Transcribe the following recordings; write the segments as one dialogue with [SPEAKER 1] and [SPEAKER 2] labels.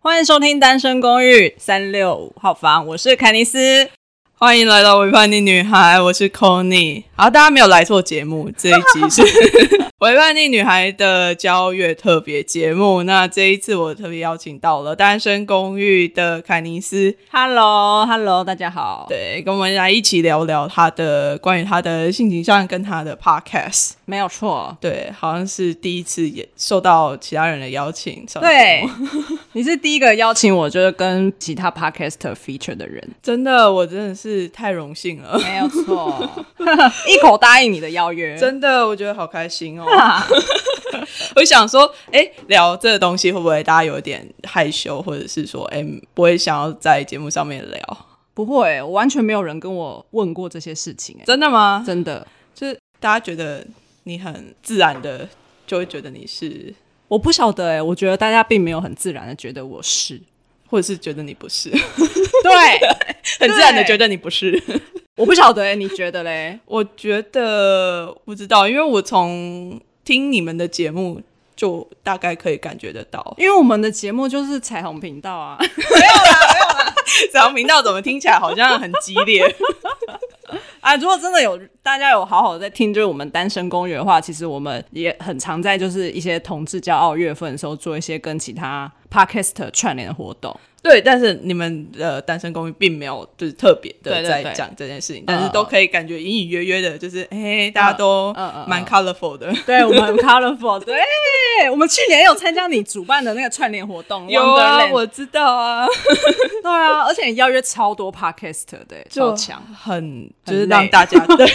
[SPEAKER 1] 欢迎收听《单身公寓》三六五号房，我是凯尼斯。
[SPEAKER 2] 欢迎来到伪叛逆女孩，我是 c o n y 好，大家没有来错节目，这一集是 伪叛逆女孩的交月特别节目。那这一次我特别邀请到了单身公寓的凯尼斯，
[SPEAKER 1] Hello，Hello，大家好。，
[SPEAKER 2] 对，跟我们来一起聊聊他的关于他的性情上跟他的 Podcast。
[SPEAKER 1] 没有错，
[SPEAKER 2] 对，好像是第一次也受到其他人的邀请上节
[SPEAKER 1] 对
[SPEAKER 2] 目，，
[SPEAKER 1] 你是第一个邀请我，就是跟其他 podcaster feature 的人，
[SPEAKER 2] 真的，我真的是太荣幸了，
[SPEAKER 1] 没有错， 一口答应你的邀 约，
[SPEAKER 2] 真的，我觉得好开心哦。
[SPEAKER 1] 啊
[SPEAKER 2] 我想说，哎、聊这个东西会不会大家有点害羞，或者是说，哎、不会想要在节目上面聊？
[SPEAKER 1] 不会，我完全没有人跟我问过这些事情、哎，
[SPEAKER 2] 真的吗？
[SPEAKER 1] 真的，
[SPEAKER 2] 就是大家觉得你很自然的，就会觉得你是，
[SPEAKER 1] 我不晓得、哎，我觉得大家并没有很自然的觉得我是，
[SPEAKER 2] 或者是觉得你不是，
[SPEAKER 1] 对，
[SPEAKER 2] 很自然的觉得你不是。
[SPEAKER 1] 我不晓得、哎，你觉得嘞？
[SPEAKER 2] 我觉得不知道，因为我从听你们的节目就大概可以感觉得 到，
[SPEAKER 1] 因为我们的节目就是彩虹频道啊，
[SPEAKER 2] 然后频道怎么听起来好像很激烈。
[SPEAKER 1] 啊，如果真的有大家有好好在听，就是我们单身公园的话，其实我们也很常在就是一些同志骄傲月份的时候做一些跟其他 podcast 串联的活动。
[SPEAKER 2] 对，但是你们的单身公寓并没有就是特别
[SPEAKER 1] 对
[SPEAKER 2] 的
[SPEAKER 1] 对
[SPEAKER 2] 在
[SPEAKER 1] 对
[SPEAKER 2] 讲这件事情，但是都可以感觉隐隐约约的，就是哎、大家都
[SPEAKER 1] 嗯嗯嗯
[SPEAKER 2] 蛮 colorful 的。
[SPEAKER 1] 对我们很 colorful，对我们去年有参加你主办的那个串联活动，
[SPEAKER 2] 有啊，
[SPEAKER 1] Wonderland
[SPEAKER 2] 我知道啊，
[SPEAKER 1] 对啊，而且你邀约超多 podcast 的，超强，
[SPEAKER 2] 很就
[SPEAKER 1] 很
[SPEAKER 2] 是
[SPEAKER 1] 累
[SPEAKER 2] 让大家 对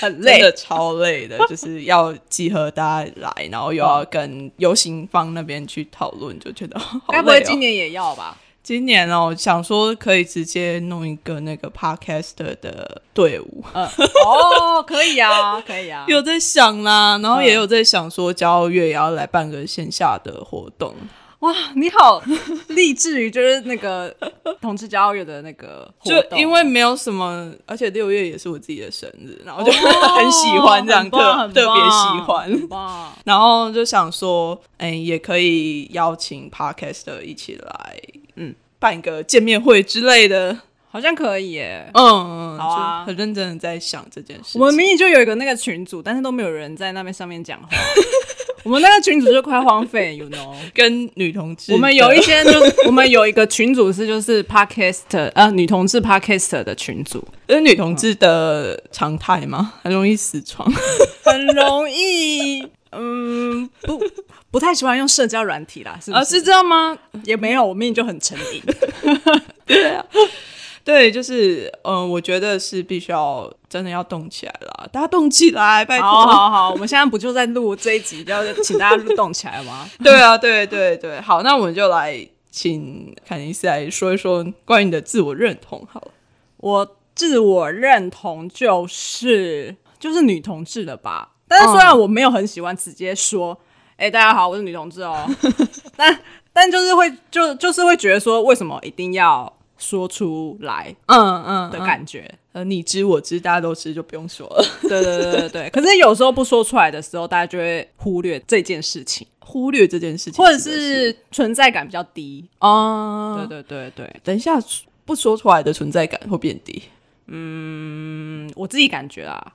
[SPEAKER 1] 很
[SPEAKER 2] 真
[SPEAKER 1] 累
[SPEAKER 2] 的。超累 的，就是要集合大家来，然后又要跟游行方那边去讨论，就觉得 好累、哦。
[SPEAKER 1] 该不会今年也要吧？
[SPEAKER 2] 今年哦，想说可以直接弄一个那个 podcaster 的队伍，
[SPEAKER 1] 嗯，哦，可以啊，可以啊。
[SPEAKER 2] 有在想啦，然后
[SPEAKER 1] 嗯
[SPEAKER 2] 也有在想说，交月也要来办个线下的活动。
[SPEAKER 1] 哇，你好励志于就是那个同志骄傲月的那个活
[SPEAKER 2] 就
[SPEAKER 1] 动，
[SPEAKER 2] 因为没有什么，而且六月也是我自己的生日，然后就
[SPEAKER 1] 哦
[SPEAKER 2] 很喜欢这样，
[SPEAKER 1] 很
[SPEAKER 2] 特
[SPEAKER 1] 棒很
[SPEAKER 2] 特别喜
[SPEAKER 1] 棒很
[SPEAKER 2] 欢。
[SPEAKER 1] 棒，
[SPEAKER 2] 然后就想说，嗯、也可以邀请 podcaster 一起来，嗯，办一个见面会之类的。
[SPEAKER 1] 好像可以耶。
[SPEAKER 2] 嗯，
[SPEAKER 1] 好啊
[SPEAKER 2] 就很认真的在想这件事情。
[SPEAKER 1] 我们明明就有一个那个群组，但是都没有人在那边上面讲 话。我们那个群组就快荒废，you know。
[SPEAKER 2] 跟女同志的，
[SPEAKER 1] 我们有一些就是我们有一个群组是就是 podcast 呃女同志 podcast 的群组，
[SPEAKER 2] 就是女同志的常态嘛，很容易死床。
[SPEAKER 1] 很容易。 嗯，不不太喜欢用社交软体啦，是不
[SPEAKER 2] 啊，
[SPEAKER 1] 哦是？
[SPEAKER 2] 是这样吗？
[SPEAKER 1] 也没有，我命就很沉吟。
[SPEAKER 2] 对，就是嗯、呃我觉得是必须要真的要动起来啦，大家动起来，拜托。
[SPEAKER 1] 好好好，我们现在不就在录这一集，要请大家动起来吗？
[SPEAKER 2] 对啊，对对对，好，那我们就来请凯尼斯来说一说关于你的自我认同好了。
[SPEAKER 1] 我自我认同就是就是女同志了吧？但是虽然我没有很喜欢直接说，哎、大家好，我是女同志哦，但但就是会就就是会觉得说，为什么一定要说出来
[SPEAKER 2] 嗯嗯
[SPEAKER 1] 的感觉？
[SPEAKER 2] 呃，你知我知，大家都知，就不用说了。
[SPEAKER 1] 对 对对对对。可是有时候不说出来的时候，大家就会忽略这件事情，
[SPEAKER 2] 忽略这件事情，
[SPEAKER 1] 或者
[SPEAKER 2] 是
[SPEAKER 1] 是存在感比较低。
[SPEAKER 2] 啊，
[SPEAKER 1] 对对对对，
[SPEAKER 2] 等一下不说出来的存在感会变低，
[SPEAKER 1] 嗯，我自己感觉啊，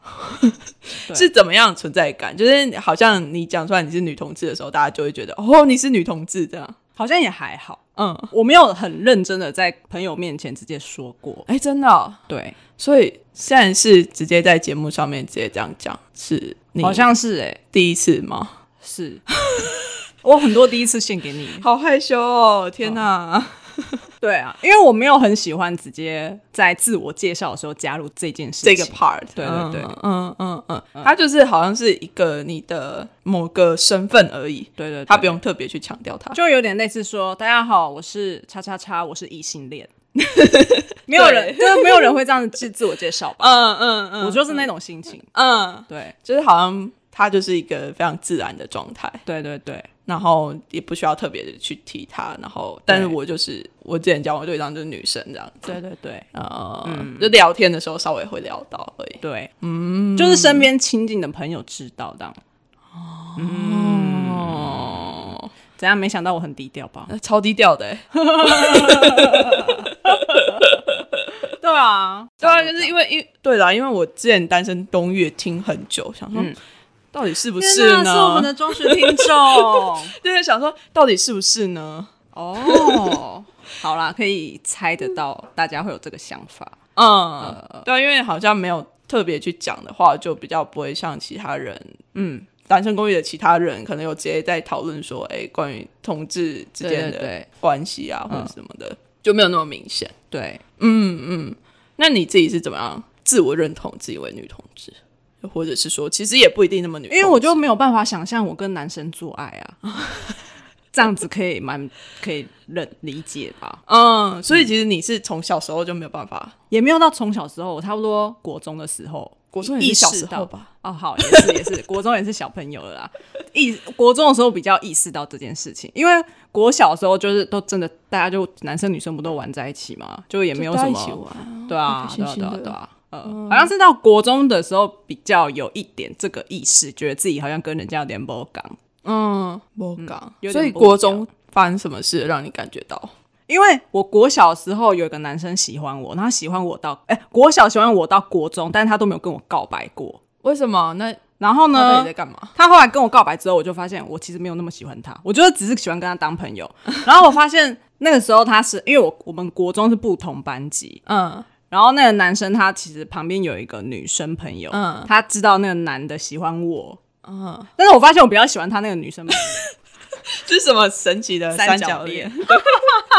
[SPEAKER 1] 对
[SPEAKER 2] 是怎么样的存在感？就是好像你讲出来你是女同志的时候，大家就会觉得哦，你是女同志这样。
[SPEAKER 1] 好像也还好。
[SPEAKER 2] 嗯，
[SPEAKER 1] 我没有很认真的在朋友面前直接说过，
[SPEAKER 2] 哎，真的哦、
[SPEAKER 1] 对，
[SPEAKER 2] 所以现在是直接在节目上面直接这样讲，是你
[SPEAKER 1] 好像是哎、
[SPEAKER 2] 第一次吗？
[SPEAKER 1] 是， 我很多第一次献给你，
[SPEAKER 2] 好害羞哦！天哪，
[SPEAKER 1] 对啊，因为我没有很喜欢直接在自我介绍的时候加入这件事
[SPEAKER 2] 这
[SPEAKER 1] 情，
[SPEAKER 2] 个 part，
[SPEAKER 1] 对对对
[SPEAKER 2] 嗯嗯嗯嗯，它就是好像是一个你的某个身份而已，
[SPEAKER 1] 对对对，
[SPEAKER 2] 它不用特别去强调它。
[SPEAKER 1] 就有点类似说，大家好，我是叉叉叉，我是异性 恋，没有人就是没有人会这样自自我介绍吧，
[SPEAKER 2] 嗯嗯嗯
[SPEAKER 1] 我就是那种心情，
[SPEAKER 2] 嗯，
[SPEAKER 1] 对
[SPEAKER 2] 就是好像它就是一个非常自然的状态，
[SPEAKER 1] 对对对，
[SPEAKER 2] 然后也不需要特别的去提它。然后，但是我就是我之前交往对象就是女生这样子，
[SPEAKER 1] 对对对
[SPEAKER 2] 呃，就聊天的时候稍微会聊到而已。
[SPEAKER 1] 对，嗯，就是身边亲近的朋友知道的。
[SPEAKER 2] 哦，
[SPEAKER 1] 怎样？没想到我很低调吧？
[SPEAKER 2] 呃超低调的、欸。
[SPEAKER 1] 对啊，
[SPEAKER 2] 对啊，就是因为因对啦，因为我之前单身公寓也听很久，想说、
[SPEAKER 1] 嗯
[SPEAKER 2] 到底是不
[SPEAKER 1] 天
[SPEAKER 2] 是
[SPEAKER 1] 哪是我
[SPEAKER 2] 呢
[SPEAKER 1] 们？的忠实听众
[SPEAKER 2] 对，想说到底是不是呢？
[SPEAKER 1] 哦。好啦，可以猜得到大家会有这个想法。
[SPEAKER 2] 嗯，对啊，因为好像没有特别去讲的话，就比较不会像其他人，嗯，单身公寓的其他人可能有直接在讨论说，哎、关于同志之
[SPEAKER 1] 对
[SPEAKER 2] 间
[SPEAKER 1] 对
[SPEAKER 2] 的
[SPEAKER 1] 对
[SPEAKER 2] 关系啊，或者什么的，就没有那么明显。
[SPEAKER 1] 对，
[SPEAKER 2] 那你自己是怎么样自我认同自己为女同志，或者是说，其实也不一定那么女同
[SPEAKER 1] 因
[SPEAKER 2] 志，
[SPEAKER 1] 为我就没有办法想象我跟男生做爱啊， 这样子可以蛮可以认理解吧？
[SPEAKER 2] 嗯，所以其实你是从小时候就没有办法，
[SPEAKER 1] 也没有到从小时候，我差不多国中的时候，
[SPEAKER 2] 国中
[SPEAKER 1] 意
[SPEAKER 2] 也是小
[SPEAKER 1] 识
[SPEAKER 2] 时
[SPEAKER 1] 到
[SPEAKER 2] 候吧？
[SPEAKER 1] 哦，好，也是也是， 国中也是小朋友了啦。意国中的时候比较意识到这件事情，因为国小的时候就是都真的，大家就男生女生不都玩在一起嘛，就也没有
[SPEAKER 2] 嗯就
[SPEAKER 1] 什
[SPEAKER 2] 大家一
[SPEAKER 1] 么
[SPEAKER 2] 起玩，
[SPEAKER 1] 对啊，
[SPEAKER 2] 开
[SPEAKER 1] 对
[SPEAKER 2] 开
[SPEAKER 1] 啊，
[SPEAKER 2] 心
[SPEAKER 1] 对啊，
[SPEAKER 2] 心的
[SPEAKER 1] 对啊。呃，好像是到国中的时候比较有一点这个意识，觉得自己好像跟人家有点不刚，
[SPEAKER 2] 嗯，我港
[SPEAKER 1] 有点
[SPEAKER 2] 所以
[SPEAKER 1] 不
[SPEAKER 2] 国
[SPEAKER 1] 一样
[SPEAKER 2] 中发生什么事让你感觉到？
[SPEAKER 1] 因为我国小的时候有一个男生喜欢我，然后他喜欢我到哎、国小喜欢我到国中，但是他都没有跟我告白过。
[SPEAKER 2] 为什么？那
[SPEAKER 1] 然后
[SPEAKER 2] 他到
[SPEAKER 1] 呢
[SPEAKER 2] 底在，干嘛？
[SPEAKER 1] 他后来跟我告白之后，我就发现我其实没有那么喜欢他，我觉得只是喜欢跟他当朋友。然后我发现那个时候他是因为我我们国中是不同班级，
[SPEAKER 2] 嗯
[SPEAKER 1] 然后那个男生他其实旁边有一个女生朋友，
[SPEAKER 2] 嗯
[SPEAKER 1] 他知道那个男的喜欢我，
[SPEAKER 2] 嗯，
[SPEAKER 1] 但是我发现我比较喜欢他那个女生 朋友，
[SPEAKER 2] 这是什么神奇的
[SPEAKER 1] 三
[SPEAKER 2] 三
[SPEAKER 1] 角
[SPEAKER 2] 角
[SPEAKER 1] 恋
[SPEAKER 2] 恋？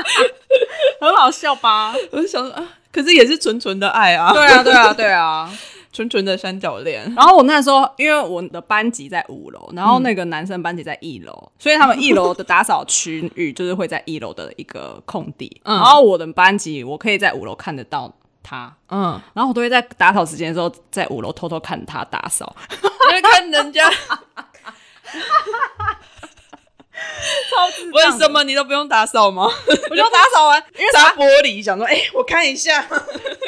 [SPEAKER 1] 很好笑吧？
[SPEAKER 2] 我就想说啊，可是也是纯纯的爱啊，
[SPEAKER 1] 对啊，对啊，对啊。
[SPEAKER 2] 纯纯的三角恋。
[SPEAKER 1] 然后我那时候因为我的班级在五楼，然后那个男生班级在一楼，所以他们一楼的打扫区域就是会在一楼的一个空地。
[SPEAKER 2] 嗯
[SPEAKER 1] 然后我的班级我可以在五楼看得到他，
[SPEAKER 2] 嗯，
[SPEAKER 1] 然后我都会在打扫时间的时候在五楼偷偷看他打扫，
[SPEAKER 2] 就是看人家
[SPEAKER 1] 超智
[SPEAKER 2] 为什？么你都不用打扫 吗？
[SPEAKER 1] 我就打扫完，因为
[SPEAKER 2] 砸玻璃，想说哎、我看一下。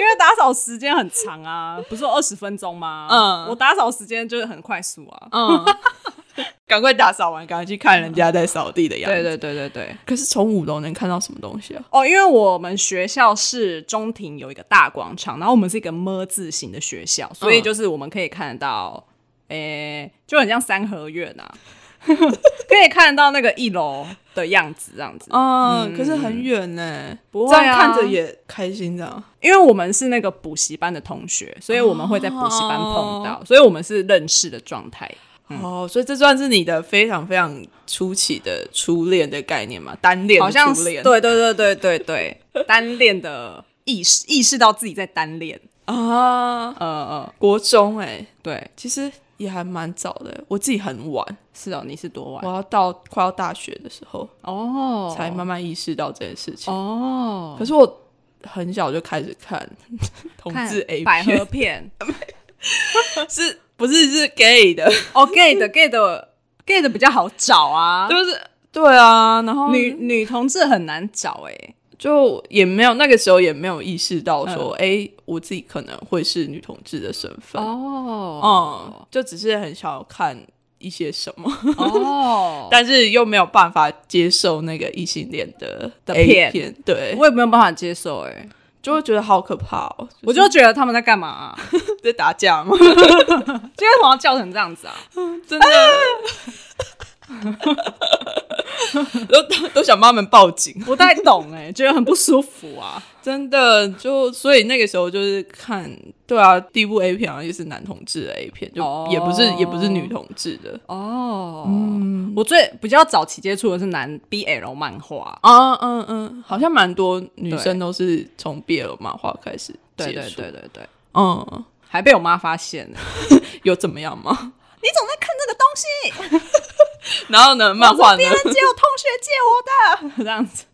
[SPEAKER 1] 因为打扫时间很长啊，不是二十分钟吗？
[SPEAKER 2] 嗯
[SPEAKER 1] 我打扫时间就是很快速啊。
[SPEAKER 2] 嗯， 赶快打扫完，赶快去看人家在扫地的样子。
[SPEAKER 1] 对对对对对。
[SPEAKER 2] 可是从五楼能看到什么东西啊？
[SPEAKER 1] 哦，因为我们学校是中庭有一个大广场，然后我们是一个么字形的学校，所
[SPEAKER 2] 嗯
[SPEAKER 1] 以就是我们可以看得到，诶、就很像三合院啊， 可以看得到那个一楼的样子，这样子。
[SPEAKER 2] 嗯，可是很远呢、
[SPEAKER 1] 不
[SPEAKER 2] 这
[SPEAKER 1] 会啊
[SPEAKER 2] 样看着也开心的啊。
[SPEAKER 1] 因为我们是那个补习班的同学，所以我们会在补习班碰到，所以我们是认识的状态。
[SPEAKER 2] 哦，所以这算是你的非常非常初期的初恋的概念嘛？单恋的
[SPEAKER 1] 好像
[SPEAKER 2] 初
[SPEAKER 1] 是
[SPEAKER 2] 恋，
[SPEAKER 1] 对对对对对对，单恋的意识意识到自己在单恋，
[SPEAKER 2] 啊，
[SPEAKER 1] 呃呃，
[SPEAKER 2] 国中哎、
[SPEAKER 1] 对，
[SPEAKER 2] 其实也还蛮早的。欸我自己很晚，
[SPEAKER 1] 是哦，你是多晚
[SPEAKER 2] 我要到快要大学的时候
[SPEAKER 1] 哦
[SPEAKER 2] 才慢慢意识到这件事情。
[SPEAKER 1] 哦，
[SPEAKER 2] 可是我很小就开始 看同
[SPEAKER 1] 看
[SPEAKER 2] 志 A
[SPEAKER 1] 百
[SPEAKER 2] 片，
[SPEAKER 1] 合片
[SPEAKER 2] 是不是是 gay 的？
[SPEAKER 1] 哦，gay 的 gay 的 gay 的比较好找啊，
[SPEAKER 2] 就是对啊，然后
[SPEAKER 1] 女女同志很难找哎、
[SPEAKER 2] 就也没有那个时候也没有意识到说，
[SPEAKER 1] 嗯
[SPEAKER 2] 哎、我自己可能会是女同志的身份，
[SPEAKER 1] 哦
[SPEAKER 2] 嗯，就只是很想看一些什么，
[SPEAKER 1] 哦，
[SPEAKER 2] 但是又没有办法接受那个异性恋的
[SPEAKER 1] 的
[SPEAKER 2] A
[SPEAKER 1] 片哦
[SPEAKER 2] 片，对，
[SPEAKER 1] 我也没有办法接受哎、
[SPEAKER 2] 就会觉得好可怕哦，
[SPEAKER 1] 我就觉得他们在干嘛、啊？
[SPEAKER 2] 在打架嘛，
[SPEAKER 1] 今天怎么要叫成这样子啊？
[SPEAKER 2] 真的。都都都想帮他们报警，
[SPEAKER 1] 不太懂 哎、觉得很不舒服啊。
[SPEAKER 2] 真的就所以那个时候就是看，对啊，第一部 A 片好像也是男同志的 A 片，就
[SPEAKER 1] 哦
[SPEAKER 2] 也不是、也不是女同志的，
[SPEAKER 1] 哦，嗯，我最比较早期接触的是男 BL 漫画，
[SPEAKER 2] 啊，嗯嗯，好像蛮多女生都是从 BL 漫画开始接
[SPEAKER 1] 对
[SPEAKER 2] 触。
[SPEAKER 1] 对对，对对，
[SPEAKER 2] 嗯，
[SPEAKER 1] 还被我妈发现了，
[SPEAKER 2] 有怎么样吗？
[SPEAKER 1] 你总在看这个东 西，
[SPEAKER 2] 然后呢，漫画呢？
[SPEAKER 1] 借我同学借我 的，这样子。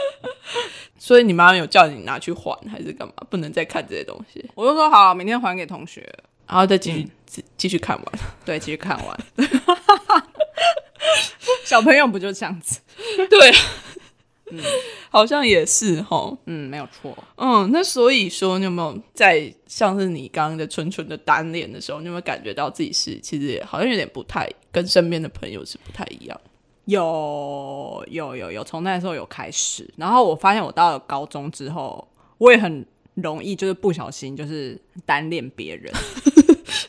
[SPEAKER 2] 所以你妈妈有叫你拿去还还是干嘛？不能再看这些东西，
[SPEAKER 1] 我就说好、明天还给同学。
[SPEAKER 2] 然后再继续
[SPEAKER 1] 嗯
[SPEAKER 2] 继继续看完。
[SPEAKER 1] 对，继续看完。 小朋友不就这样子？
[SPEAKER 2] 对，好像也是哈。
[SPEAKER 1] 嗯，没有错。
[SPEAKER 2] 嗯，那所以说，你有没有在像是你刚刚的纯纯的单恋的时候，你有没有感觉到自己是其实好像有点不太跟身边的朋友是不太一样？
[SPEAKER 1] 有有有有，从那时候有开始，然后我发现我到了高中之后，我也很容易就是不小心就是单恋别 人，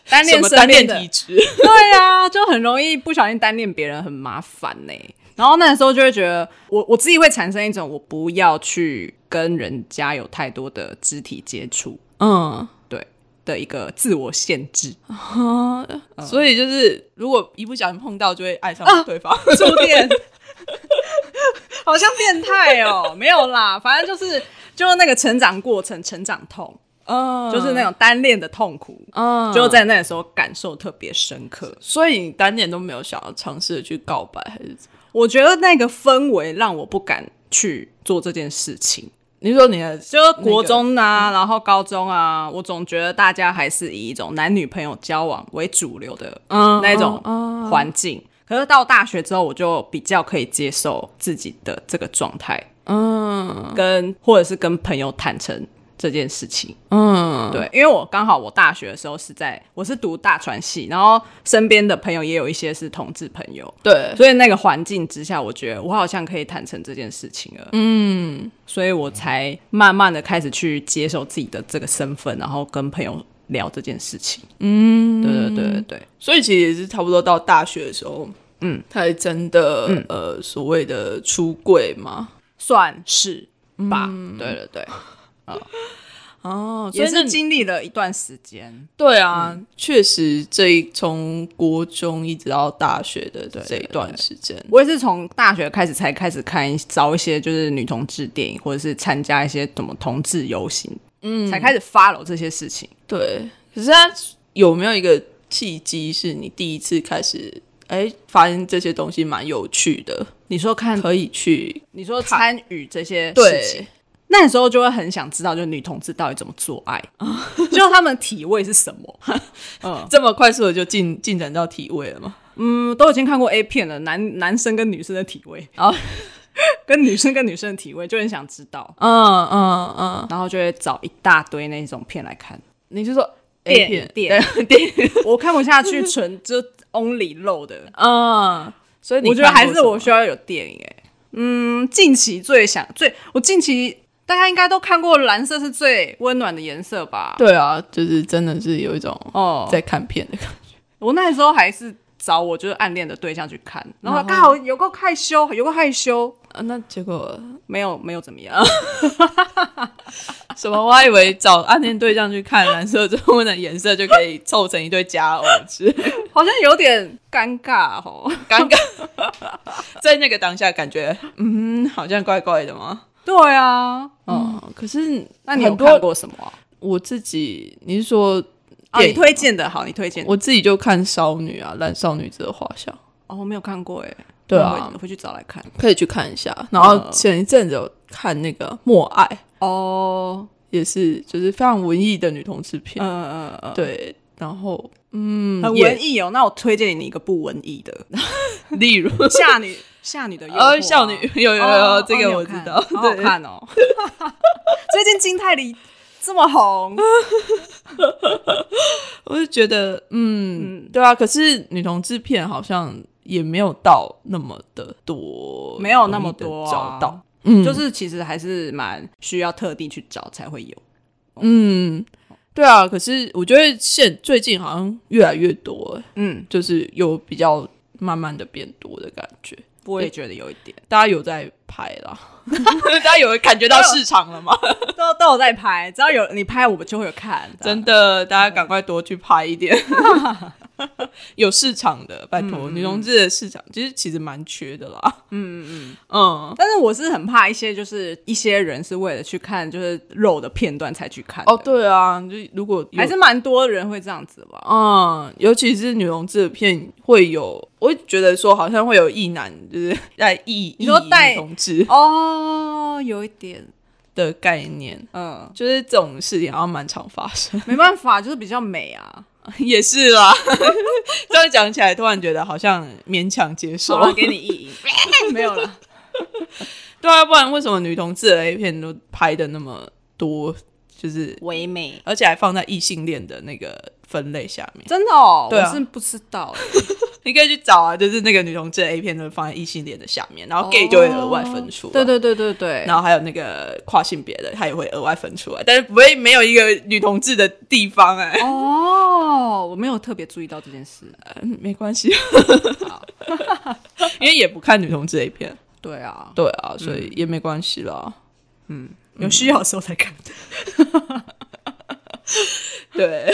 [SPEAKER 1] 单
[SPEAKER 2] 什
[SPEAKER 1] 恋
[SPEAKER 2] 么
[SPEAKER 1] 身
[SPEAKER 2] 单
[SPEAKER 1] 边
[SPEAKER 2] 恋
[SPEAKER 1] 的
[SPEAKER 2] 体，质？
[SPEAKER 1] 对啊，就很容易不小心单恋别人，很麻烦呢、然后那时候就会觉得我我自己会产生一种我不要去跟人家有太多的肢体接触，
[SPEAKER 2] 嗯。
[SPEAKER 1] 对的一个自我限 制，
[SPEAKER 2] 啊，所以就是如果一不小心碰到，就会爱上
[SPEAKER 1] 啊
[SPEAKER 2] 对方。
[SPEAKER 1] 住店，好像变态哦，没有啦，反正就是就是那个成长过程，成长痛，
[SPEAKER 2] 嗯，
[SPEAKER 1] 就是那种单恋的痛苦，
[SPEAKER 2] 嗯，
[SPEAKER 1] 就在那个时候感受特别深刻。
[SPEAKER 2] 所以你单恋都没有想要尝试的去告白，还是怎么
[SPEAKER 1] 我觉得那个氛围让我不敢去做这件事情。
[SPEAKER 2] 你说你的
[SPEAKER 1] 就是国中啊，然后高中啊，我总觉得大家还是以一种男女朋友交往为主流的
[SPEAKER 2] 嗯
[SPEAKER 1] 那种
[SPEAKER 2] 嗯嗯
[SPEAKER 1] 环境。可是到大学之后，我就比较可以接受自己的这个状态，
[SPEAKER 2] 嗯
[SPEAKER 1] 跟或者是跟朋友坦诚这件事情。
[SPEAKER 2] 嗯，
[SPEAKER 1] 对，因为我刚好我大学的时候是在我是读大传系，然后身边的朋友也有一些是同志朋友，
[SPEAKER 2] 对，
[SPEAKER 1] 所以那个环境之下，我觉得我好像可以坦诚这件事情了。嗯，所以我才慢慢的开始去接受自己的这个身份，然后跟朋友聊这件事情。嗯，对对对对对。
[SPEAKER 2] 所以其实也是差不多到大学的时候，嗯，才真的、
[SPEAKER 1] 嗯
[SPEAKER 2] 呃所谓的出柜嘛。
[SPEAKER 1] 算是吧，对对对，
[SPEAKER 2] 哦，所
[SPEAKER 1] 也
[SPEAKER 2] 以那
[SPEAKER 1] 是
[SPEAKER 2] 你
[SPEAKER 1] 经历了一段时间，
[SPEAKER 2] 对啊，确实这一从国中一直到大学的这一段时间，
[SPEAKER 1] 我也是从大学开始才开始看找一些就是女同志电影，或者是参加一些什么同志游行，嗯，才开始 follow 这些事情。
[SPEAKER 2] 对。可是他有没有一个契机，是你第一次开始哎发现这些东西蛮有趣的，
[SPEAKER 1] 你说看，
[SPEAKER 2] 可以去
[SPEAKER 1] 你说参与这些事情
[SPEAKER 2] 嗯对，
[SPEAKER 1] 那时候就会很想知道，就是女同志到底怎么做爱，就是她们体位是什么。
[SPEAKER 2] 这么快速的就进进展到体位了吗？
[SPEAKER 1] 嗯，都已经看过 A 片了，男男生跟女生的体位，然后 跟女生跟女生的体位，就很想知道，
[SPEAKER 2] 嗯嗯嗯，
[SPEAKER 1] 然后就会找一大堆那种片来看。
[SPEAKER 2] 你是说
[SPEAKER 1] 电
[SPEAKER 2] A 片
[SPEAKER 1] 电
[SPEAKER 2] 哎 对电影？
[SPEAKER 1] 我看不下去，纯 就 only 露的，
[SPEAKER 2] 嗯，所以你
[SPEAKER 1] 我觉得
[SPEAKER 2] 看
[SPEAKER 1] 还
[SPEAKER 2] 过
[SPEAKER 1] 是
[SPEAKER 2] 什
[SPEAKER 1] 我
[SPEAKER 2] 么
[SPEAKER 1] 需要有电影哎、嗯，近期最想最，我近期大家应该都看过《蓝色是最温暖的颜色》吧？
[SPEAKER 2] 对啊，就是真的是有一种
[SPEAKER 1] 哦，
[SPEAKER 2] 在看片的感觉。
[SPEAKER 1] 我那时候还是找我就是暗恋的对象去看，然后
[SPEAKER 2] 然后
[SPEAKER 1] 刚好有够害羞，有够害羞，
[SPEAKER 2] 啊，那结果
[SPEAKER 1] 没有没有怎么样，
[SPEAKER 2] 什么？我还以为找暗恋对象去看蓝色之后的颜色就可以凑成一对佳偶之类的，
[SPEAKER 1] 好像有点尴尬哦。
[SPEAKER 2] 尴尬。在那个当下，感觉嗯，好像怪怪的嘛。
[SPEAKER 1] 对啊，
[SPEAKER 2] 嗯，可是
[SPEAKER 1] 那你有
[SPEAKER 2] 很
[SPEAKER 1] 看
[SPEAKER 2] 多
[SPEAKER 1] 过什么啊？
[SPEAKER 2] 我自己，你是说
[SPEAKER 1] 啊你
[SPEAKER 2] 电影？
[SPEAKER 1] 推荐的好，你推荐的
[SPEAKER 2] 我自己就看少女啊，《蓝少女子的画像》，
[SPEAKER 1] 哦，我没有看过哎，
[SPEAKER 2] 对啊
[SPEAKER 1] 我回回去找来看
[SPEAKER 2] 可以去看一下。
[SPEAKER 1] 嗯
[SPEAKER 2] 然后前一阵子有看那个《默爱》，
[SPEAKER 1] 哦，
[SPEAKER 2] 也是就是非常文艺的女同志片。
[SPEAKER 1] 嗯嗯嗯，
[SPEAKER 2] 对，然后
[SPEAKER 1] 嗯很
[SPEAKER 2] 也
[SPEAKER 1] 文艺哦。那我推荐你一个不文艺 的
[SPEAKER 2] 例 如
[SPEAKER 1] 夏女夏女的诱惑啊
[SPEAKER 2] 呃，少女有有有
[SPEAKER 1] 哦
[SPEAKER 2] 有，这个
[SPEAKER 1] 哦
[SPEAKER 2] 我
[SPEAKER 1] 你有
[SPEAKER 2] 知
[SPEAKER 1] 看
[SPEAKER 2] 道，
[SPEAKER 1] 好好
[SPEAKER 2] 对，
[SPEAKER 1] 看哦。最近金泰梨这么红，
[SPEAKER 2] 我就觉得，嗯，对啊，可是女同志片好像也没有到那么的多，
[SPEAKER 1] 没有那么多、
[SPEAKER 2] 找
[SPEAKER 1] 啊、
[SPEAKER 2] 到，，嗯，
[SPEAKER 1] 就是其实还是蛮需要特地去找才会有。
[SPEAKER 2] 嗯，对啊，可是我觉得现最近好像越来越多，欸
[SPEAKER 1] 嗯，
[SPEAKER 2] 就是有比较慢慢的变多的感觉，
[SPEAKER 1] 我也觉得有一点
[SPEAKER 2] 大家有在拍啦，大家有感觉到市场 了吗？
[SPEAKER 1] 都都有在拍，只要有你拍，我们就会有看。
[SPEAKER 2] 真的，大家赶快多去拍 一点， 有市场的，拜托，
[SPEAKER 1] 嗯
[SPEAKER 2] 女同志的市场其实其实蛮缺的啦。嗯嗯嗯，
[SPEAKER 1] 但是我是很怕一些，就是一些人是为了去看就是肉的片段才去看的
[SPEAKER 2] 哦，，对啊，就如果有
[SPEAKER 1] 还是蛮多人会这样子吧。
[SPEAKER 2] 嗯，尤其是女同志的片会有，我会觉得说好像会有异男，就是在异
[SPEAKER 1] 你说
[SPEAKER 2] 异
[SPEAKER 1] 带
[SPEAKER 2] 女同志
[SPEAKER 1] 哦，有一点，
[SPEAKER 2] 的概念。
[SPEAKER 1] 嗯，
[SPEAKER 2] 就是这种事情好像蛮常发生，
[SPEAKER 1] 没办法，就是比较美啊。
[SPEAKER 2] 也是啦。这样讲起来，突然觉得好像勉强接受。
[SPEAKER 1] 好了，给你意 淫，没有了。
[SPEAKER 2] 对啊，不然为什么女同志的 A 片都拍的那么多？就是
[SPEAKER 1] 唯美，
[SPEAKER 2] 而且还放在异性恋的那个分类下面。
[SPEAKER 1] 真的哦，
[SPEAKER 2] 对啊
[SPEAKER 1] 我是不知道欸。
[SPEAKER 2] 你可以去找啊，就是那个女同志的 A 片都会放在异性恋的下面，然后 gay 就会额外分出、
[SPEAKER 1] 哦对。对对对对，
[SPEAKER 2] 然后还有那个跨性别的，他也会额外分出来，但是不会没有一个女同志的地方哎、
[SPEAKER 1] 哦，我没有特别注意到这件事。
[SPEAKER 2] 嗯没关系， 因为也不看女同志 A 片，
[SPEAKER 1] 对啊，
[SPEAKER 2] 对啊，所以也没关系啦。嗯
[SPEAKER 1] 有需要的时候才看。
[SPEAKER 2] 对，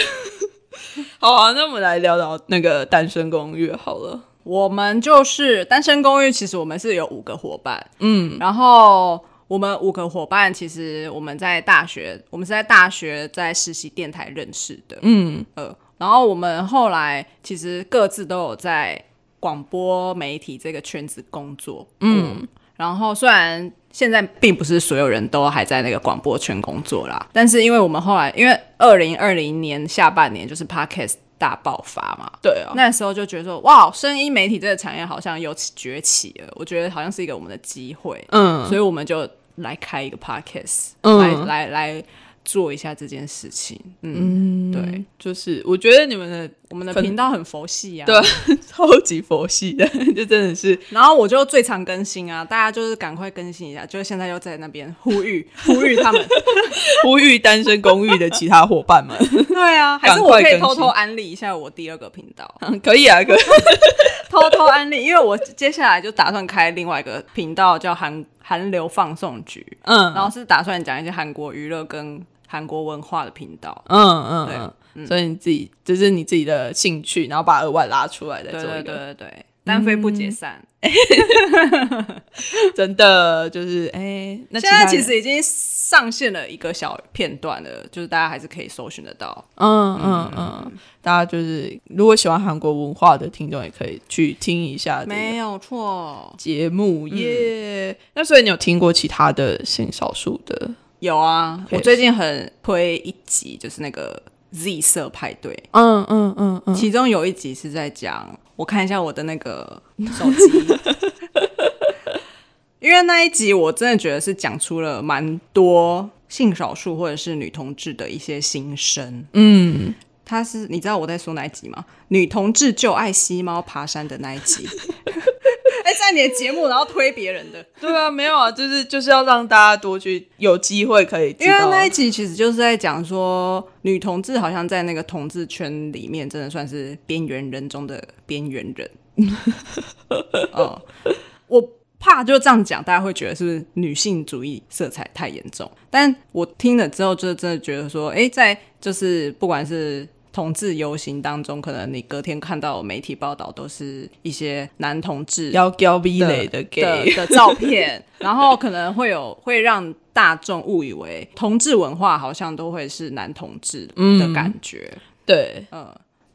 [SPEAKER 2] 好啊，那我们来聊聊那个单身公寓好了。
[SPEAKER 1] 我们就是单身公寓，其实我们是有五个伙伴，嗯，然后我们五个伙伴，其实我们在大学，我们是在大学在实习电台认识的，
[SPEAKER 2] 嗯，
[SPEAKER 1] 呃，然后我们后来其实各自都有在广播媒体这个圈子工作，嗯，然后虽然现在并不是所有人都还在那个广播圈工作啦，但是因为我们后来因为二零二零年下半年就是 podcast 大爆发嘛，
[SPEAKER 2] 对啊，
[SPEAKER 1] 那时候就觉得说，哇，声音媒体这个产业好像有起崛起了，我觉得好像是一个我们的机会，
[SPEAKER 2] 嗯
[SPEAKER 1] 所以我们就来开一个 podcast，、
[SPEAKER 2] 嗯
[SPEAKER 1] 来来来做一下这件事情。嗯，对，
[SPEAKER 2] 就是我觉得你们的
[SPEAKER 1] 我们的
[SPEAKER 2] 粉
[SPEAKER 1] 频道很佛系啊，
[SPEAKER 2] 对啊超级佛系的， 就真的是
[SPEAKER 1] 然后我就最常更新啊，大家就是赶快更新一下，就是现在又在那边呼吁 呼吁 他们，
[SPEAKER 2] 呼吁单身公寓的其他伙伴们，
[SPEAKER 1] 对啊，还是
[SPEAKER 2] 赶
[SPEAKER 1] 我
[SPEAKER 2] 快
[SPEAKER 1] 可以
[SPEAKER 2] 更
[SPEAKER 1] 偷偷
[SPEAKER 2] 新
[SPEAKER 1] 安利一下我第二个频道，
[SPEAKER 2] 可以啊，可以。
[SPEAKER 1] 偷偷安利，因为我接下来就打算开另外一个频道叫韩韩流放送局。
[SPEAKER 2] 嗯
[SPEAKER 1] 然后是打算讲一些韩国娱乐跟韩国文化的频道。
[SPEAKER 2] 嗯嗯嗯，所以你自己就是你自己的兴趣，然后把额外拉出来再
[SPEAKER 1] 对
[SPEAKER 2] 做
[SPEAKER 1] 对
[SPEAKER 2] 一
[SPEAKER 1] 对
[SPEAKER 2] 个，
[SPEAKER 1] 对对，单飞不解散。
[SPEAKER 2] 真的就是哎，那
[SPEAKER 1] 现在
[SPEAKER 2] 他
[SPEAKER 1] 其
[SPEAKER 2] 人
[SPEAKER 1] 实已经上线了一个小片段了，就是大家还是可以搜寻得到。
[SPEAKER 2] 嗯嗯嗯，大家就是如果喜欢韩国文化的听众，也可以去听一下这个
[SPEAKER 1] 有错，
[SPEAKER 2] 节目耶。那所以你有听过其他的性少数的？
[SPEAKER 1] 有啊，
[SPEAKER 2] 可以
[SPEAKER 1] 我最近很推一集，就是那个 Z 色派对，
[SPEAKER 2] 嗯嗯嗯嗯，
[SPEAKER 1] 其中有一集是在讲，我看一下我的那 个手机。因为那一集我真的觉得是讲出了蛮多性少数或者是女同志的一些心声。
[SPEAKER 2] 嗯，
[SPEAKER 1] 他是你知道我在说哪一集吗？女同志就爱吸猫爬山的那一集。 哎、在你的节目，然后推别人的，
[SPEAKER 2] 对啊，没有啊，就是就是要让大家多去有机会可以知
[SPEAKER 1] 因为
[SPEAKER 2] 道。
[SPEAKER 1] 那一集其实就是在讲说，女同志好像在那个同志圈里面，真的算是边缘人中的边缘 人。哦，我怕就这样讲，大家会觉得是不是女性主义色彩太严重？但我听了之后，就真的觉得说，哎、在就是不管是同志游行当中，可能你隔天看到媒体报道，都是一些男同志
[SPEAKER 2] 要要逼雷的
[SPEAKER 1] 的
[SPEAKER 2] gay，
[SPEAKER 1] 的照片，然后可能会有会让大众误以为同志文化好像都会是男同志
[SPEAKER 2] 嗯
[SPEAKER 1] 的感觉，
[SPEAKER 2] 对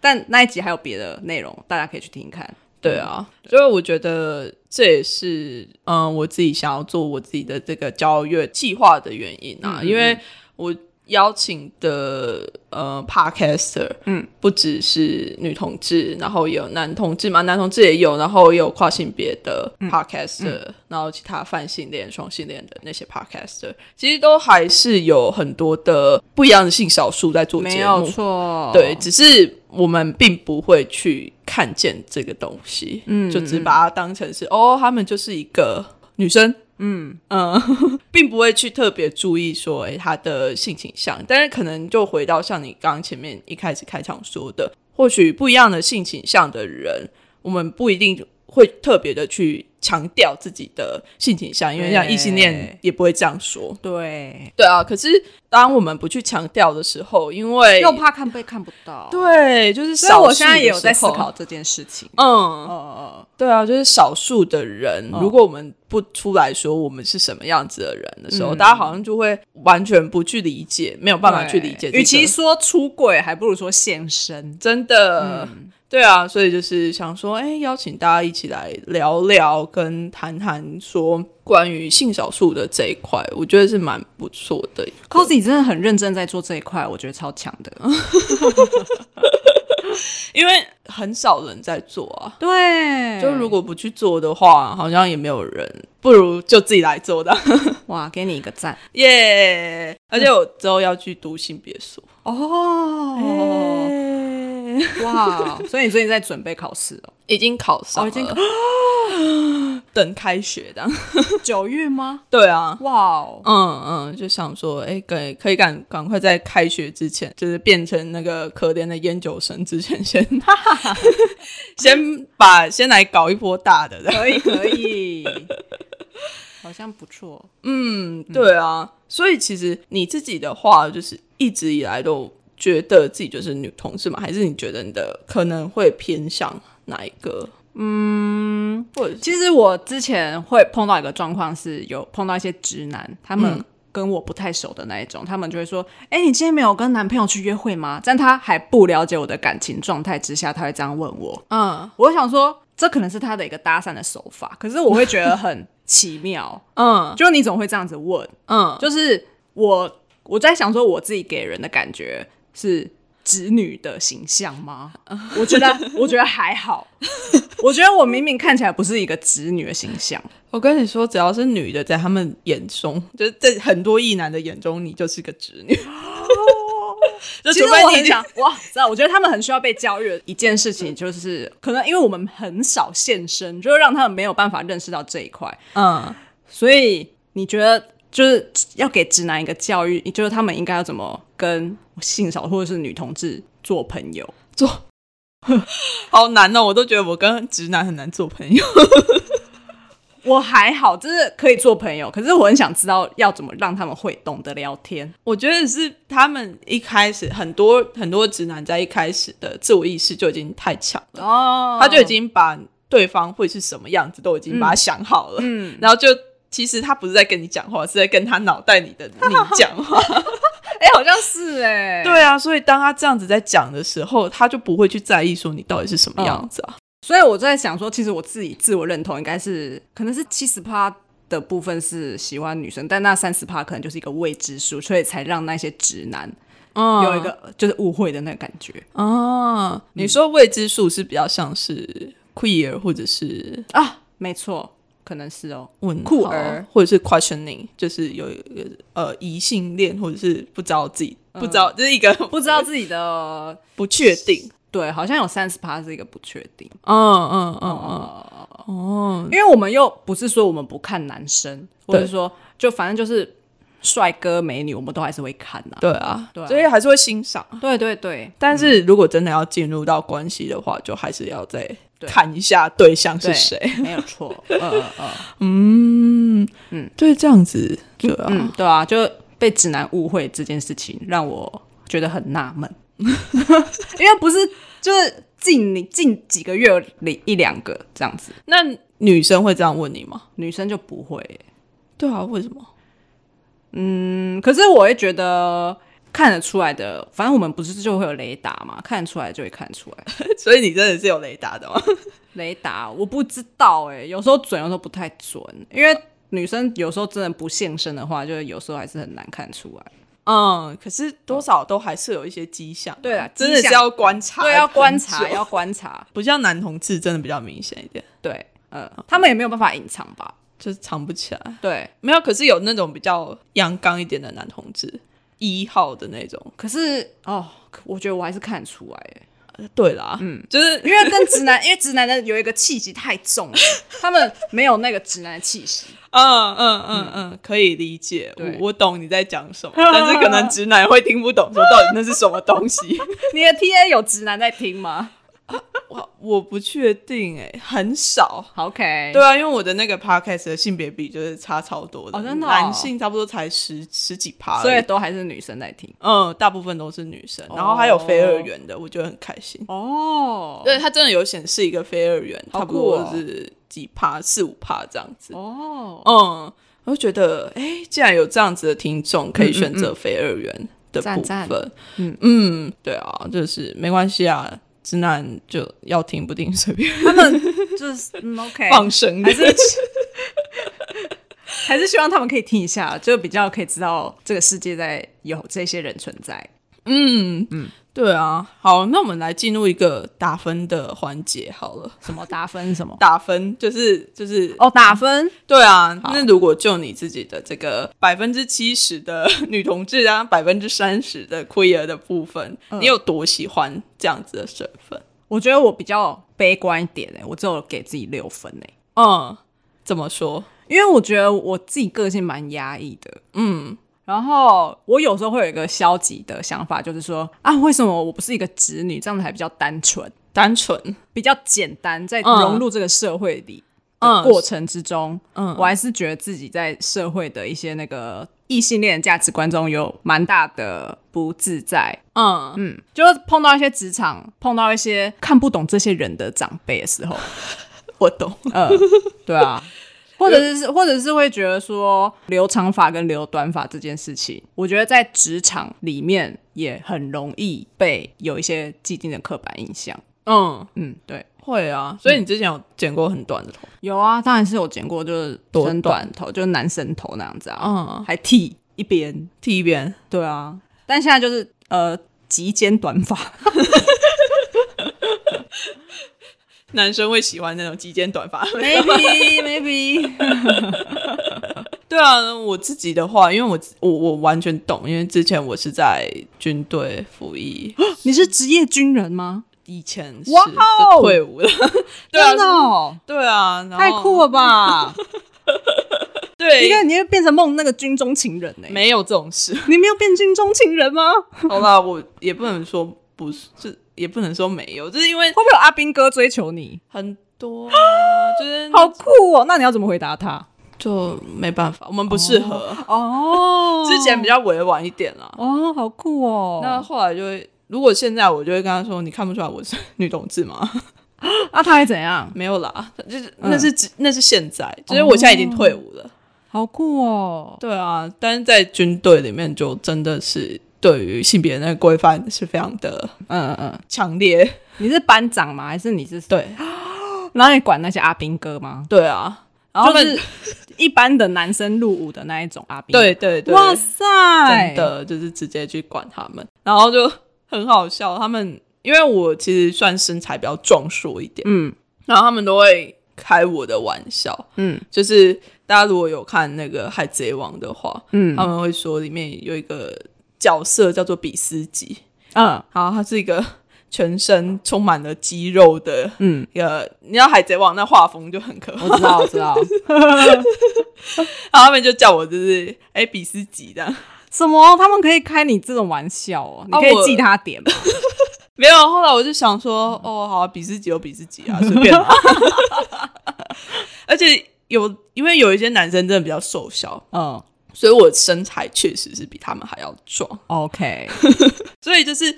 [SPEAKER 1] 但那一集还有别的内容，大家可以去听听看。
[SPEAKER 2] 对啊，所以我觉得这也是嗯，我自己想要做我自己的这个交月计划的原因啊，
[SPEAKER 1] 嗯
[SPEAKER 2] 因为我邀请的呃 podcaster，嗯，不只是女同志，然后也有男同志嘛，男同志也有，然后也有跨性别的
[SPEAKER 1] 嗯
[SPEAKER 2] podcaster，、然后其他泛性恋、双性恋的那些 podcaster，其实都还是有很多的不一样的性少数在做
[SPEAKER 1] 没
[SPEAKER 2] 节
[SPEAKER 1] 有
[SPEAKER 2] 目，
[SPEAKER 1] 错，
[SPEAKER 2] 对，只是我们并不会去看见这个东西，嗯，就只把它当成是哦，他们就是一个女生，嗯嗯， 并不会去特别注意说，诶，她的性倾向，但是可能就回到像你刚刚前面一开始开场说的，或许不一样的性倾向的人，我们不一定会特别的去强调自己的性倾向，因为像异性恋
[SPEAKER 1] 对
[SPEAKER 2] 也不会这样说。
[SPEAKER 1] 对，
[SPEAKER 2] 对啊，可是当我们不去强调的时候，因为
[SPEAKER 1] 又怕看被看不到。，
[SPEAKER 2] 对，就是
[SPEAKER 1] 所以
[SPEAKER 2] 少数
[SPEAKER 1] 我现在也有在思
[SPEAKER 2] 的时
[SPEAKER 1] 考
[SPEAKER 2] 候。
[SPEAKER 1] 这件事情。
[SPEAKER 2] 嗯，
[SPEAKER 1] 哦哦，
[SPEAKER 2] 对啊，就是少数的人，如果我们不出来说我们是什么样子的人的时
[SPEAKER 1] 嗯
[SPEAKER 2] 候，大家好像就会完全不去理解，没有办法去理解这个。
[SPEAKER 1] 对与其说出柜，还不如说现身。
[SPEAKER 2] 真的，
[SPEAKER 1] 嗯
[SPEAKER 2] 对啊，所以就是想说，哎，邀请大家一起来聊聊，跟谈谈说关于性少数的这一块，我觉得是蛮不错的。
[SPEAKER 1] Cosy 真的很认真在做这一块，我觉得超强的。
[SPEAKER 2] 因为很少人在做啊，
[SPEAKER 1] 对，
[SPEAKER 2] 就如果不去做的话，好像也没有人，不如就自己来做的。
[SPEAKER 1] 哇，给你一个赞
[SPEAKER 2] 耶而且我之后要去读性别所
[SPEAKER 1] 哦。
[SPEAKER 2] 哦。
[SPEAKER 1] 哇，所以你最近在准备考试哦？
[SPEAKER 2] 已经考
[SPEAKER 1] 哦
[SPEAKER 2] 上了，
[SPEAKER 1] 已 经
[SPEAKER 2] 等开学这样。
[SPEAKER 1] 九月吗？
[SPEAKER 2] 对啊，
[SPEAKER 1] 哇哦，
[SPEAKER 2] 嗯嗯，就想说，哎、可可以赶赶快在开学之前，就是变成那个可怜的烟酒神之前 先，先把先来搞一波大的这样。
[SPEAKER 1] 可以可以， 好像不错。
[SPEAKER 2] 嗯，对啊，所以其实你自己的话，就是一直以来都觉得自己就是女同志嘛，还是你觉得你的可能会偏向哪一个？嗯，或者是
[SPEAKER 1] 其实我之前会碰到一个状况是，有碰到一些直男，他们跟我不太熟的那一种，他们就会说：“哎、你今天没有跟男朋友去约会吗？”但他还不了解我的感情状态之下，他会这样问我。
[SPEAKER 2] 嗯
[SPEAKER 1] 我想说，这可能是他的一个搭讪的手法，可是我会觉得很奇 妙，
[SPEAKER 2] 嗯
[SPEAKER 1] 就你总会这样子问，
[SPEAKER 2] 嗯，
[SPEAKER 1] 就是我我在想说，我自己给人的感觉是直女的形象 吗？我觉得，我觉得还好。我觉得我明明看起来不是一个直女的形象，
[SPEAKER 2] 我跟你说，只要是女的，在他们眼中，就是在很多异男的眼中，你就是个直女。就
[SPEAKER 1] 哦 其
[SPEAKER 2] 除
[SPEAKER 1] 实我
[SPEAKER 2] 非
[SPEAKER 1] 很
[SPEAKER 2] 你
[SPEAKER 1] 想， 哇，知道，我觉得他们很需要被教育的一件事情，就是可能因为我们很少现身，就是让他们没有办法认识到这一块。
[SPEAKER 2] 嗯，
[SPEAKER 1] 所以你觉得就是要给直男一个教育，就是他们应该要怎么跟性少或者是女同志做朋友？
[SPEAKER 2] 做好难哦，我都觉得我跟直男很难做朋友。
[SPEAKER 1] 我还好，就是可以做朋友，可是我很想知道要怎么让他们会懂得聊天。
[SPEAKER 2] 我觉得是他们一开始很多很多直男在一开始的自我意识就已经太强了，
[SPEAKER 1] 哦
[SPEAKER 2] 他就已经把对方会是什么样子都已经把它想好了，
[SPEAKER 1] 嗯，
[SPEAKER 2] 然后就其实他不是在跟你讲话，是在跟他脑袋里的你讲话。
[SPEAKER 1] 哎、好像是哎、
[SPEAKER 2] 对啊，所以当他这样子在讲的时候，他就不会去在意说你到底是什么样子啊。
[SPEAKER 1] 所以我在想说，其实我自己自我认同应该是可能是七十趴的部分是喜欢女生，但那三十趴可能就是一个未知数，所以才让那些直男
[SPEAKER 2] 嗯
[SPEAKER 1] 有一个就是误会的那个感觉。嗯
[SPEAKER 2] 哦，你说未知数是比较像是 queer 或者是
[SPEAKER 1] 啊，没错，可能是哦。
[SPEAKER 2] 问
[SPEAKER 1] 酷
[SPEAKER 2] 号
[SPEAKER 1] 儿
[SPEAKER 2] 或者是 questioning，就是有一个呃异性恋或者是不知道自己、不知道，就是一个
[SPEAKER 1] 嗯不知道自己的哦
[SPEAKER 2] 不确定。
[SPEAKER 1] 对，好像有三十趴是一个不确定，
[SPEAKER 2] 嗯嗯嗯嗯哦，
[SPEAKER 1] 因为我们又不是说我们不看男生，或者
[SPEAKER 2] 对
[SPEAKER 1] 说就反正就是帅哥美女，我们都还是会看呐、
[SPEAKER 2] 对啊，
[SPEAKER 1] 对啊嗯
[SPEAKER 2] 所以还是会欣赏。
[SPEAKER 1] 对对对，
[SPEAKER 2] 但是如果真的要进入到关系的话，就还是要再
[SPEAKER 1] 对
[SPEAKER 2] 看一下对象是
[SPEAKER 1] 对
[SPEAKER 2] 谁。
[SPEAKER 1] 没有错。 嗯嗯嗯
[SPEAKER 2] 嗯
[SPEAKER 1] 嗯，
[SPEAKER 2] 对，这样子，对啊，
[SPEAKER 1] 嗯，对啊，就被直男误会这件事情让我觉得很纳闷， 因为不是就是近近几个月里一两个这样子，
[SPEAKER 2] 那女生会这样问你吗？
[SPEAKER 1] 女生就不会耶、
[SPEAKER 2] 对啊，为什么？
[SPEAKER 1] 嗯，可是我会觉得看得出来的，反正我们不是就会有雷达嘛，看得出来就会看得出来。
[SPEAKER 2] 所以你真的是有雷达的吗？
[SPEAKER 1] 雷达我不知道哎、有时候准，有时候不太准，因为女生有时候真的不现身的话，就是有时候还是很难看出来。
[SPEAKER 2] 嗯，可是多少都还是有一些迹象。
[SPEAKER 1] 对啊
[SPEAKER 2] 真的
[SPEAKER 1] 迹
[SPEAKER 2] 是
[SPEAKER 1] 象
[SPEAKER 2] 要观察，
[SPEAKER 1] 对，要观察，要观察。
[SPEAKER 2] 不像男同志真的比较明显一点，
[SPEAKER 1] 对，呃，他们也没有办法隐藏吧？
[SPEAKER 2] 就是藏不起来。
[SPEAKER 1] 对，
[SPEAKER 2] 没有，可是有那种比较阳刚一点的男同志，一号的那种。
[SPEAKER 1] 可是哦，我觉得我还是看得出来耶、
[SPEAKER 2] 对啦，嗯，就是
[SPEAKER 1] 因为跟直男，因为直男的有一个气息太重了，他们没有那个直男的气息。
[SPEAKER 2] 嗯嗯嗯嗯，可以理解，
[SPEAKER 1] 对
[SPEAKER 2] 我我懂你在讲什么，但是可能直男会听不懂，说到底那是什么东西。
[SPEAKER 1] 你的 TA 有直男在听吗
[SPEAKER 2] 我 我不确定哎、很少。
[SPEAKER 1] ？OK，
[SPEAKER 2] 对啊，因为我的那个 podcast 的性别比就是差超多的，
[SPEAKER 1] 哦真的哦
[SPEAKER 2] 男性差不多才十十几趴而已，
[SPEAKER 1] 所以都还是女生在听。
[SPEAKER 2] 嗯，大部分都是女生，
[SPEAKER 1] 哦
[SPEAKER 2] 然后还有非二元的，我觉得很开心。
[SPEAKER 1] 哦，
[SPEAKER 2] 对，它真的有显示一个非二元，
[SPEAKER 1] 好
[SPEAKER 2] 差
[SPEAKER 1] 酷
[SPEAKER 2] 不
[SPEAKER 1] 哦
[SPEAKER 2] 多是几趴，四五趴这样子。
[SPEAKER 1] 哦，
[SPEAKER 2] 嗯，我就觉得，哎，既然有这样子的听众可以选择非二元的
[SPEAKER 1] 赞
[SPEAKER 2] 部
[SPEAKER 1] 赞
[SPEAKER 2] 分，
[SPEAKER 1] 嗯
[SPEAKER 2] 嗯，对啊，就是没关系啊，直男就要听不听随便
[SPEAKER 1] 他们就是嗯 OK，
[SPEAKER 2] 放生的，
[SPEAKER 1] 还是还是希望他们可以听一下，就比较可以知道这个世界在有这些人存在。
[SPEAKER 2] 嗯，对啊，好，那我们来进入一个打分的环节好了。
[SPEAKER 1] 什么打分什么？
[SPEAKER 2] 打分就是就是
[SPEAKER 1] 哦，打分
[SPEAKER 2] 对啊，那如果就你自己的这个百分之七十的 女同志啊，百分之三十的 queer 的部分，你有多喜欢这样子的身份？
[SPEAKER 1] 我觉得我比较悲观一点哎、我只有给自己六分哎、
[SPEAKER 2] 嗯，怎么说？
[SPEAKER 1] 因为我觉得我自己个性蛮压抑的，嗯，然后我有时候会有一个消极的想法，就是说啊，为什么我不是一个直女，这样才比较单纯，
[SPEAKER 2] 单纯，
[SPEAKER 1] 比较简单，在
[SPEAKER 2] 嗯
[SPEAKER 1] 融入这个社会里
[SPEAKER 2] 嗯
[SPEAKER 1] 的过程之中，
[SPEAKER 2] 嗯
[SPEAKER 1] 我还是觉得自己在社会的一些那个异性恋价值观中有蛮大的不自在，
[SPEAKER 2] 嗯，
[SPEAKER 1] 嗯，就是碰到一些职场，碰到一些看不懂这些人的长辈的时候，
[SPEAKER 2] 我懂。
[SPEAKER 1] 呃，对 啊，或者是或者是会觉得说留长发跟留短发这件事情，我觉得在职场里面也很容易被有一些既定的刻板印象。
[SPEAKER 2] 嗯，
[SPEAKER 1] 嗯，对，
[SPEAKER 2] 会啊。所以你之前有剪过很短的头？
[SPEAKER 1] 有啊，当然是有剪过，就是
[SPEAKER 2] 多
[SPEAKER 1] 短短头，就是男生头那样子啊，
[SPEAKER 2] 嗯，
[SPEAKER 1] 还剃一边。
[SPEAKER 2] 剃一边。
[SPEAKER 1] 对啊，但现在就是呃及肩短发，
[SPEAKER 2] 男生会喜欢那种及肩短发。
[SPEAKER 1] maybe maybe，
[SPEAKER 2] 对啊，我自己的话，因为我我我完全懂，因为之前我是在军队服役，
[SPEAKER 1] 你是职业军人吗？
[SPEAKER 2] 以前是
[SPEAKER 1] 哇哦
[SPEAKER 2] 就退伍了。 对啊
[SPEAKER 1] 真的、，哦，
[SPEAKER 2] 对啊，然后
[SPEAKER 1] 太酷了吧！
[SPEAKER 2] 对
[SPEAKER 1] 你，看，你会变成梦那个军中情人呢、
[SPEAKER 2] 没有这种事。
[SPEAKER 1] 你没有变军中情人吗？会
[SPEAKER 2] 好啦，我也不能说不是，就也不能说没有，就是因为
[SPEAKER 1] 不会有阿兵哥追求你？
[SPEAKER 2] 很多、啊，就是
[SPEAKER 1] 好酷哦！那你要怎么回答他？
[SPEAKER 2] 就没办法，我们不适合。
[SPEAKER 1] 哦
[SPEAKER 2] 之前比较委婉一点啦，
[SPEAKER 1] 哦，好酷哦。
[SPEAKER 2] 那后来就会，如果现在我就会跟他说，你看不出来我是 女同志吗？
[SPEAKER 1] 啊，他还怎样？
[SPEAKER 2] 没有啦，就是
[SPEAKER 1] 嗯哦
[SPEAKER 2] 那是只、那是现在，就是我现在已经退伍了。
[SPEAKER 1] 好酷哦！
[SPEAKER 2] 对啊，但是在军队里面就真的是对于性别的那个规范是非常的
[SPEAKER 1] 嗯嗯嗯，
[SPEAKER 2] 强 烈。
[SPEAKER 1] 你是班长吗？还是你是？
[SPEAKER 2] 对
[SPEAKER 1] 然后你管那些阿兵哥吗？
[SPEAKER 2] 对啊，
[SPEAKER 1] 然后
[SPEAKER 2] 他们
[SPEAKER 1] 是一般的男生入伍的那一种阿兵哥。
[SPEAKER 2] 对对对，
[SPEAKER 1] 哇塞，
[SPEAKER 2] 真，的就是直接去管他们，然后就很好笑。他们因为我其实算身材比较壮硕一点，
[SPEAKER 1] 嗯
[SPEAKER 2] 然后他们都会开我的玩笑，
[SPEAKER 1] 嗯
[SPEAKER 2] 就是大家如果有看那个《海贼王》的话，
[SPEAKER 1] 嗯
[SPEAKER 2] 他们会说里面有一个角色叫做比斯吉，
[SPEAKER 1] 嗯
[SPEAKER 2] 然后他是一个 全身充满了肌肉的。
[SPEAKER 1] 嗯，
[SPEAKER 2] 一个，你知道《海贼王》那画风就很可怕，
[SPEAKER 1] 我知道，我知道。
[SPEAKER 2] 然后他们就叫我就是哎比斯吉这样，
[SPEAKER 1] 什么？他们可以开你这种玩笑哦？你
[SPEAKER 2] 啊
[SPEAKER 1] 可以
[SPEAKER 2] 我
[SPEAKER 1] 记他点吗？
[SPEAKER 2] 没有。后来我就想说，
[SPEAKER 1] 嗯
[SPEAKER 2] 哦，好、啊，比斯吉就比斯吉 啊，随便啊。而且有因为有一些男生真的比较瘦小，
[SPEAKER 1] 嗯
[SPEAKER 2] 所以我身材确实是比他们还要壮。
[SPEAKER 1] ，OK，
[SPEAKER 2] 所以就是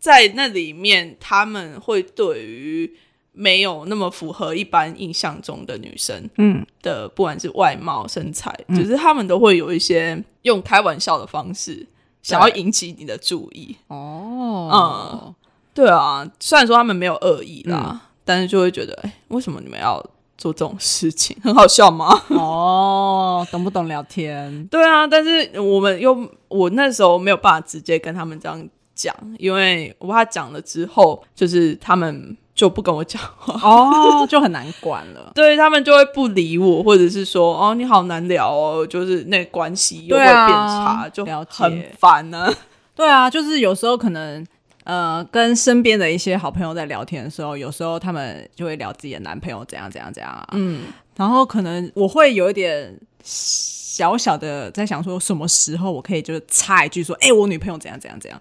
[SPEAKER 2] 在那里面，他们会对于没有那么符合一般印象中的女生
[SPEAKER 1] 嗯
[SPEAKER 2] 的，不管是外貌、身材，就是他们都会有一些用开玩笑的方式，想要引起你的注意。
[SPEAKER 1] 哦，
[SPEAKER 2] 对啊，虽然说他们没有恶意啦，
[SPEAKER 1] 嗯
[SPEAKER 2] 但是就会觉得，哎、为什么你们要做这种事情？ 很好 笑吗？
[SPEAKER 1] 哦，懂不懂聊天？
[SPEAKER 2] 对啊，但是我们又我那时候没有办法直接跟他们这样讲，因为我怕讲了之后，就是他们就不跟我讲 话，
[SPEAKER 1] 哦，就很难管了。
[SPEAKER 2] 对他们就会不理我，或者是说哦你好难聊哦，就是那关系又会
[SPEAKER 1] 对
[SPEAKER 2] 变
[SPEAKER 1] 啊
[SPEAKER 2] 差，就
[SPEAKER 1] 了解
[SPEAKER 2] 很烦呢、
[SPEAKER 1] 对啊，就是有时候可能。呃，跟身边的一些好朋友在聊天的时候，有时候他们就会聊自己的男朋友怎样怎样怎样啊。
[SPEAKER 2] 嗯，
[SPEAKER 1] 然后可能我会有一点小小的在想，说什么时候我可以就是插一句说，哎、我女朋友怎样怎样怎 样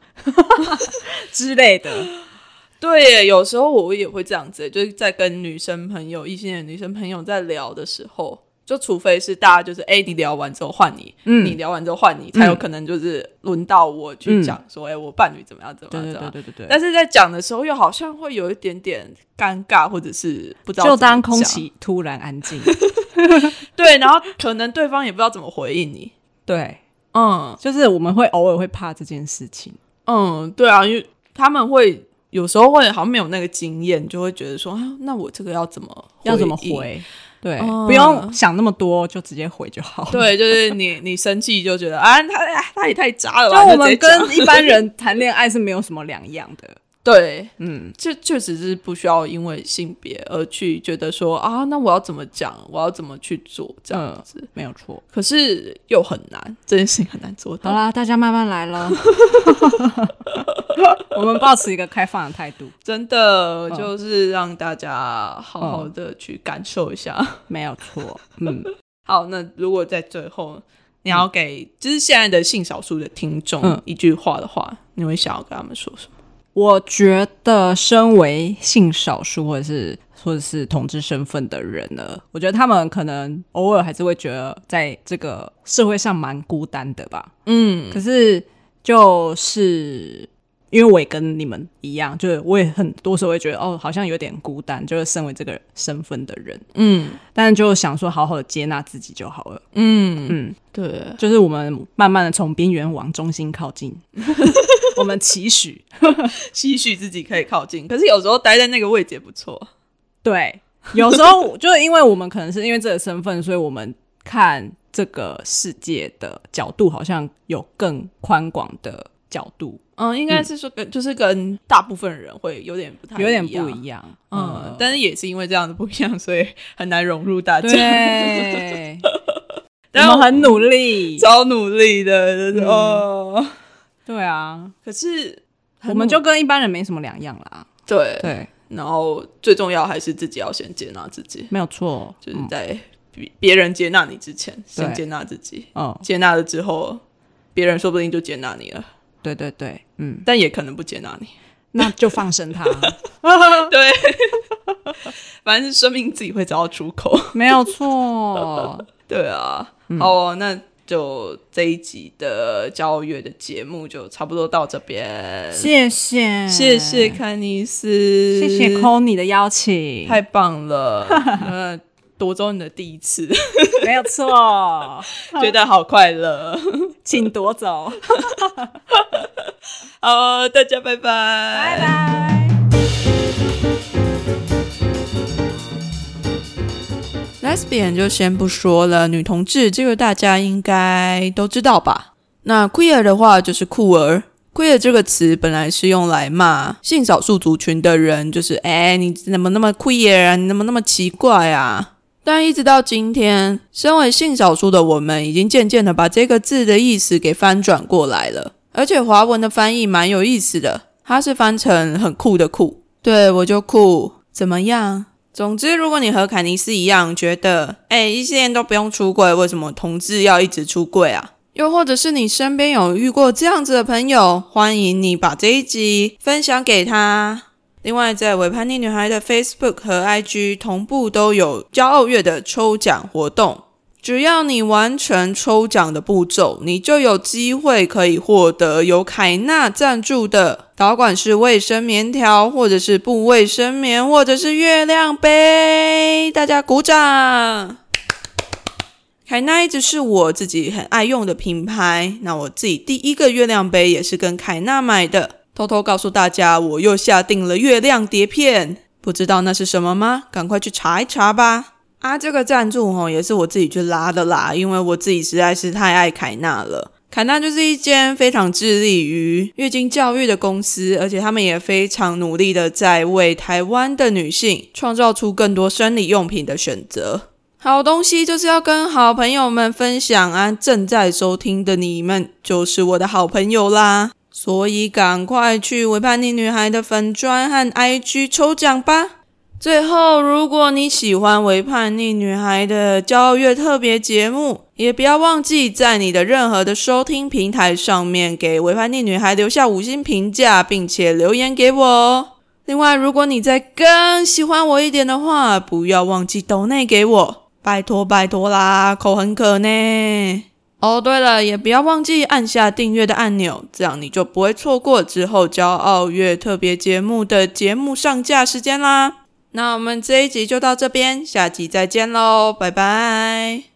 [SPEAKER 1] 之类的。
[SPEAKER 2] 对耶，有时候我也会这样子耶，就是在跟女生朋友、异性的女生朋友在聊的时候，就除非是大家就是哎、你聊完之后换你，
[SPEAKER 1] 嗯
[SPEAKER 2] 你聊完之后换你，才有可能就是轮到我去讲说，哎、我伴侣怎么样怎么
[SPEAKER 1] 对啊对
[SPEAKER 2] 样怎么
[SPEAKER 1] 对
[SPEAKER 2] 样。
[SPEAKER 1] 对对对。
[SPEAKER 2] 但是在讲的时候，又好像会有一点点尴尬，或者是不知道
[SPEAKER 1] 就
[SPEAKER 2] 怎么
[SPEAKER 1] 当空
[SPEAKER 2] 讲
[SPEAKER 1] 气突然安静。
[SPEAKER 2] 对，然后可能对方也不知道怎么回 应你。
[SPEAKER 1] 对，
[SPEAKER 2] 嗯
[SPEAKER 1] 就是我们会偶尔会怕这件事情。
[SPEAKER 2] 嗯，对啊，因为他们会有时候会好像没有那个经验，就会觉得说啊，那我这个要怎么
[SPEAKER 1] 要怎么
[SPEAKER 2] 应
[SPEAKER 1] 回？对，嗯
[SPEAKER 2] 哦
[SPEAKER 1] 不用想那么多，就直接回就好。，
[SPEAKER 2] 对，就是你 你生气就觉得啊，他哎他也太 渣了
[SPEAKER 1] 就
[SPEAKER 2] 吧，
[SPEAKER 1] 我
[SPEAKER 2] 就直
[SPEAKER 1] 们
[SPEAKER 2] 接讲
[SPEAKER 1] 跟一般人谈恋爱是没有什么两样的。
[SPEAKER 2] 对，
[SPEAKER 1] 嗯，
[SPEAKER 2] 这确实是不需要因为性别而去觉得说啊，那我要怎么讲，我要怎么去做这样子。
[SPEAKER 1] 没有错。
[SPEAKER 2] 可是又很难，这件事情很难做
[SPEAKER 1] 好
[SPEAKER 2] 到。
[SPEAKER 1] 啦，大家慢慢来了。我们保持一个开放的态度，
[SPEAKER 2] 真的
[SPEAKER 1] 嗯
[SPEAKER 2] 就是让大家好好的去感受一下。
[SPEAKER 1] 没有错。嗯，
[SPEAKER 2] 好，那如果在最后你要给、就是现在的性少数的听众
[SPEAKER 1] 嗯
[SPEAKER 2] 一句话的话，你会想要跟他们说什么？
[SPEAKER 1] 我觉得身为性少数或者是或者是同志身份的人呢，我觉得他们可能偶尔还是会觉得在这个社会上蛮孤单的吧。
[SPEAKER 2] 嗯，
[SPEAKER 1] 可是就是因为我也跟你们一样，就是我也很多时候会觉得哦，好像有点孤单，就是身为这个身份的人，
[SPEAKER 2] 嗯
[SPEAKER 1] 但就想说好好的接纳自己就好了。
[SPEAKER 2] 嗯
[SPEAKER 1] 嗯，
[SPEAKER 2] 对，
[SPEAKER 1] 就是我们慢慢的从边缘往中心靠 近，我们期许
[SPEAKER 2] 期许自己可以靠近，可是有时候待在那个位置也不错。
[SPEAKER 1] 对，有时候就是因为我们可能是因为这个身份，所以我们看这个世界的角度好像有更宽广的角度，
[SPEAKER 2] 嗯，应该是说跟、就是跟大部分人会有点不太
[SPEAKER 1] 有点
[SPEAKER 2] 一样
[SPEAKER 1] 不一样。
[SPEAKER 2] 嗯，但是也是因为这样的不一样，所以很难融入 大家。
[SPEAKER 1] 对，我
[SPEAKER 2] 但
[SPEAKER 1] 们很努力。
[SPEAKER 2] 超努力的，就是
[SPEAKER 1] 嗯
[SPEAKER 2] 哦。
[SPEAKER 1] 对啊，
[SPEAKER 2] 可是
[SPEAKER 1] 我们就跟一般人没什么两样啦。
[SPEAKER 2] 对，
[SPEAKER 1] 对，
[SPEAKER 2] 然后最重要还是自己要先接纳自己，
[SPEAKER 1] 没有错。嗯
[SPEAKER 2] 就是在别别人接纳你之前，先
[SPEAKER 1] 对
[SPEAKER 2] 接纳自己。
[SPEAKER 1] 哦，
[SPEAKER 2] 接纳了之后，别人说不定就接纳你了，
[SPEAKER 1] 对对对，嗯，
[SPEAKER 2] 但也可能不接纳你。
[SPEAKER 1] 那就放生他，
[SPEAKER 2] 对，反正是生命自己会找到出口。
[SPEAKER 1] 没有错。
[SPEAKER 2] 对啊，
[SPEAKER 1] 嗯
[SPEAKER 2] 好哦、那就这一集的交月的节目就差不多到这边，
[SPEAKER 1] 谢谢，
[SPEAKER 2] 谢谢，堪尼斯，
[SPEAKER 1] 嗯谢谢 Conny 的邀请，
[SPEAKER 2] 太棒 了，呃，夺走你的第一次，
[SPEAKER 1] 没有错，
[SPEAKER 2] 觉得好快乐。
[SPEAKER 1] 请夺走，
[SPEAKER 2] 好哦，大家拜拜
[SPEAKER 1] 拜拜。
[SPEAKER 2] Lesbian 就先不说了，女同志这个大家应该都知道吧？那 queer 的话就是酷儿。queer 这个词本来是用来骂性少数族群的人，就是哎，你怎么那么 queer 啊？你怎么那么奇怪啊？但一直到今天，身为性少数的我们，已经渐渐的把这个字的意思给翻转过来了。而且华文的翻译蛮有意思的，它是翻成很酷的酷。对我就酷，怎么样？总之，如果你和凯尼斯一样觉得，哎、异性恋都不用出柜，为什么同志要一直出柜啊？又或者是你身边有遇过这样子的朋友，欢迎你把这一集分享给他。另外，在伪叛逆女孩的 Facebook 和 IG 同步都有骄傲月的抽奖活动，只要你完成抽奖的步骤，你就有机会可以获得由凯纳赞助的导管式卫生棉条，或者是布卫生棉，或者是月亮杯。大家鼓掌！凯纳一直是我自己很爱用的品牌，那我自己第一个月亮杯也是跟凯纳买的。偷偷告诉大家，我又下定了月亮碟片，不知道那是什么吗？赶快去查一查吧。啊，这个赞助吼也是我自己去拉的啦，因为我自己实在是太爱凯纳了。凯纳就是一间非常致力于月经教育的公司，而且他们也非常努力的在为台湾的女性创造出更多生理用品的选择。好东西就是要跟好朋友们分享啊！正在收听的你们就是我的好朋友啦，所以赶快去维叛逆女孩的粉砖和 IG 抽奖吧！最后，如果你喜欢《为叛逆女孩》的骄傲月特别节目，也不要忘记在你的任何的收听平台上面给《为叛逆女孩》留下五星评价，并且留言给我哦。另外，如果你再更喜欢我一点的话，不要忘记抖内给我，哦拜托拜托啦，口很渴呢。哦，对了，也不要忘记按下订阅的按钮，这样你就不会错过之后骄傲月特别节目的节目上架时间啦。那我们这一集就到这边，下集再见喽，拜拜。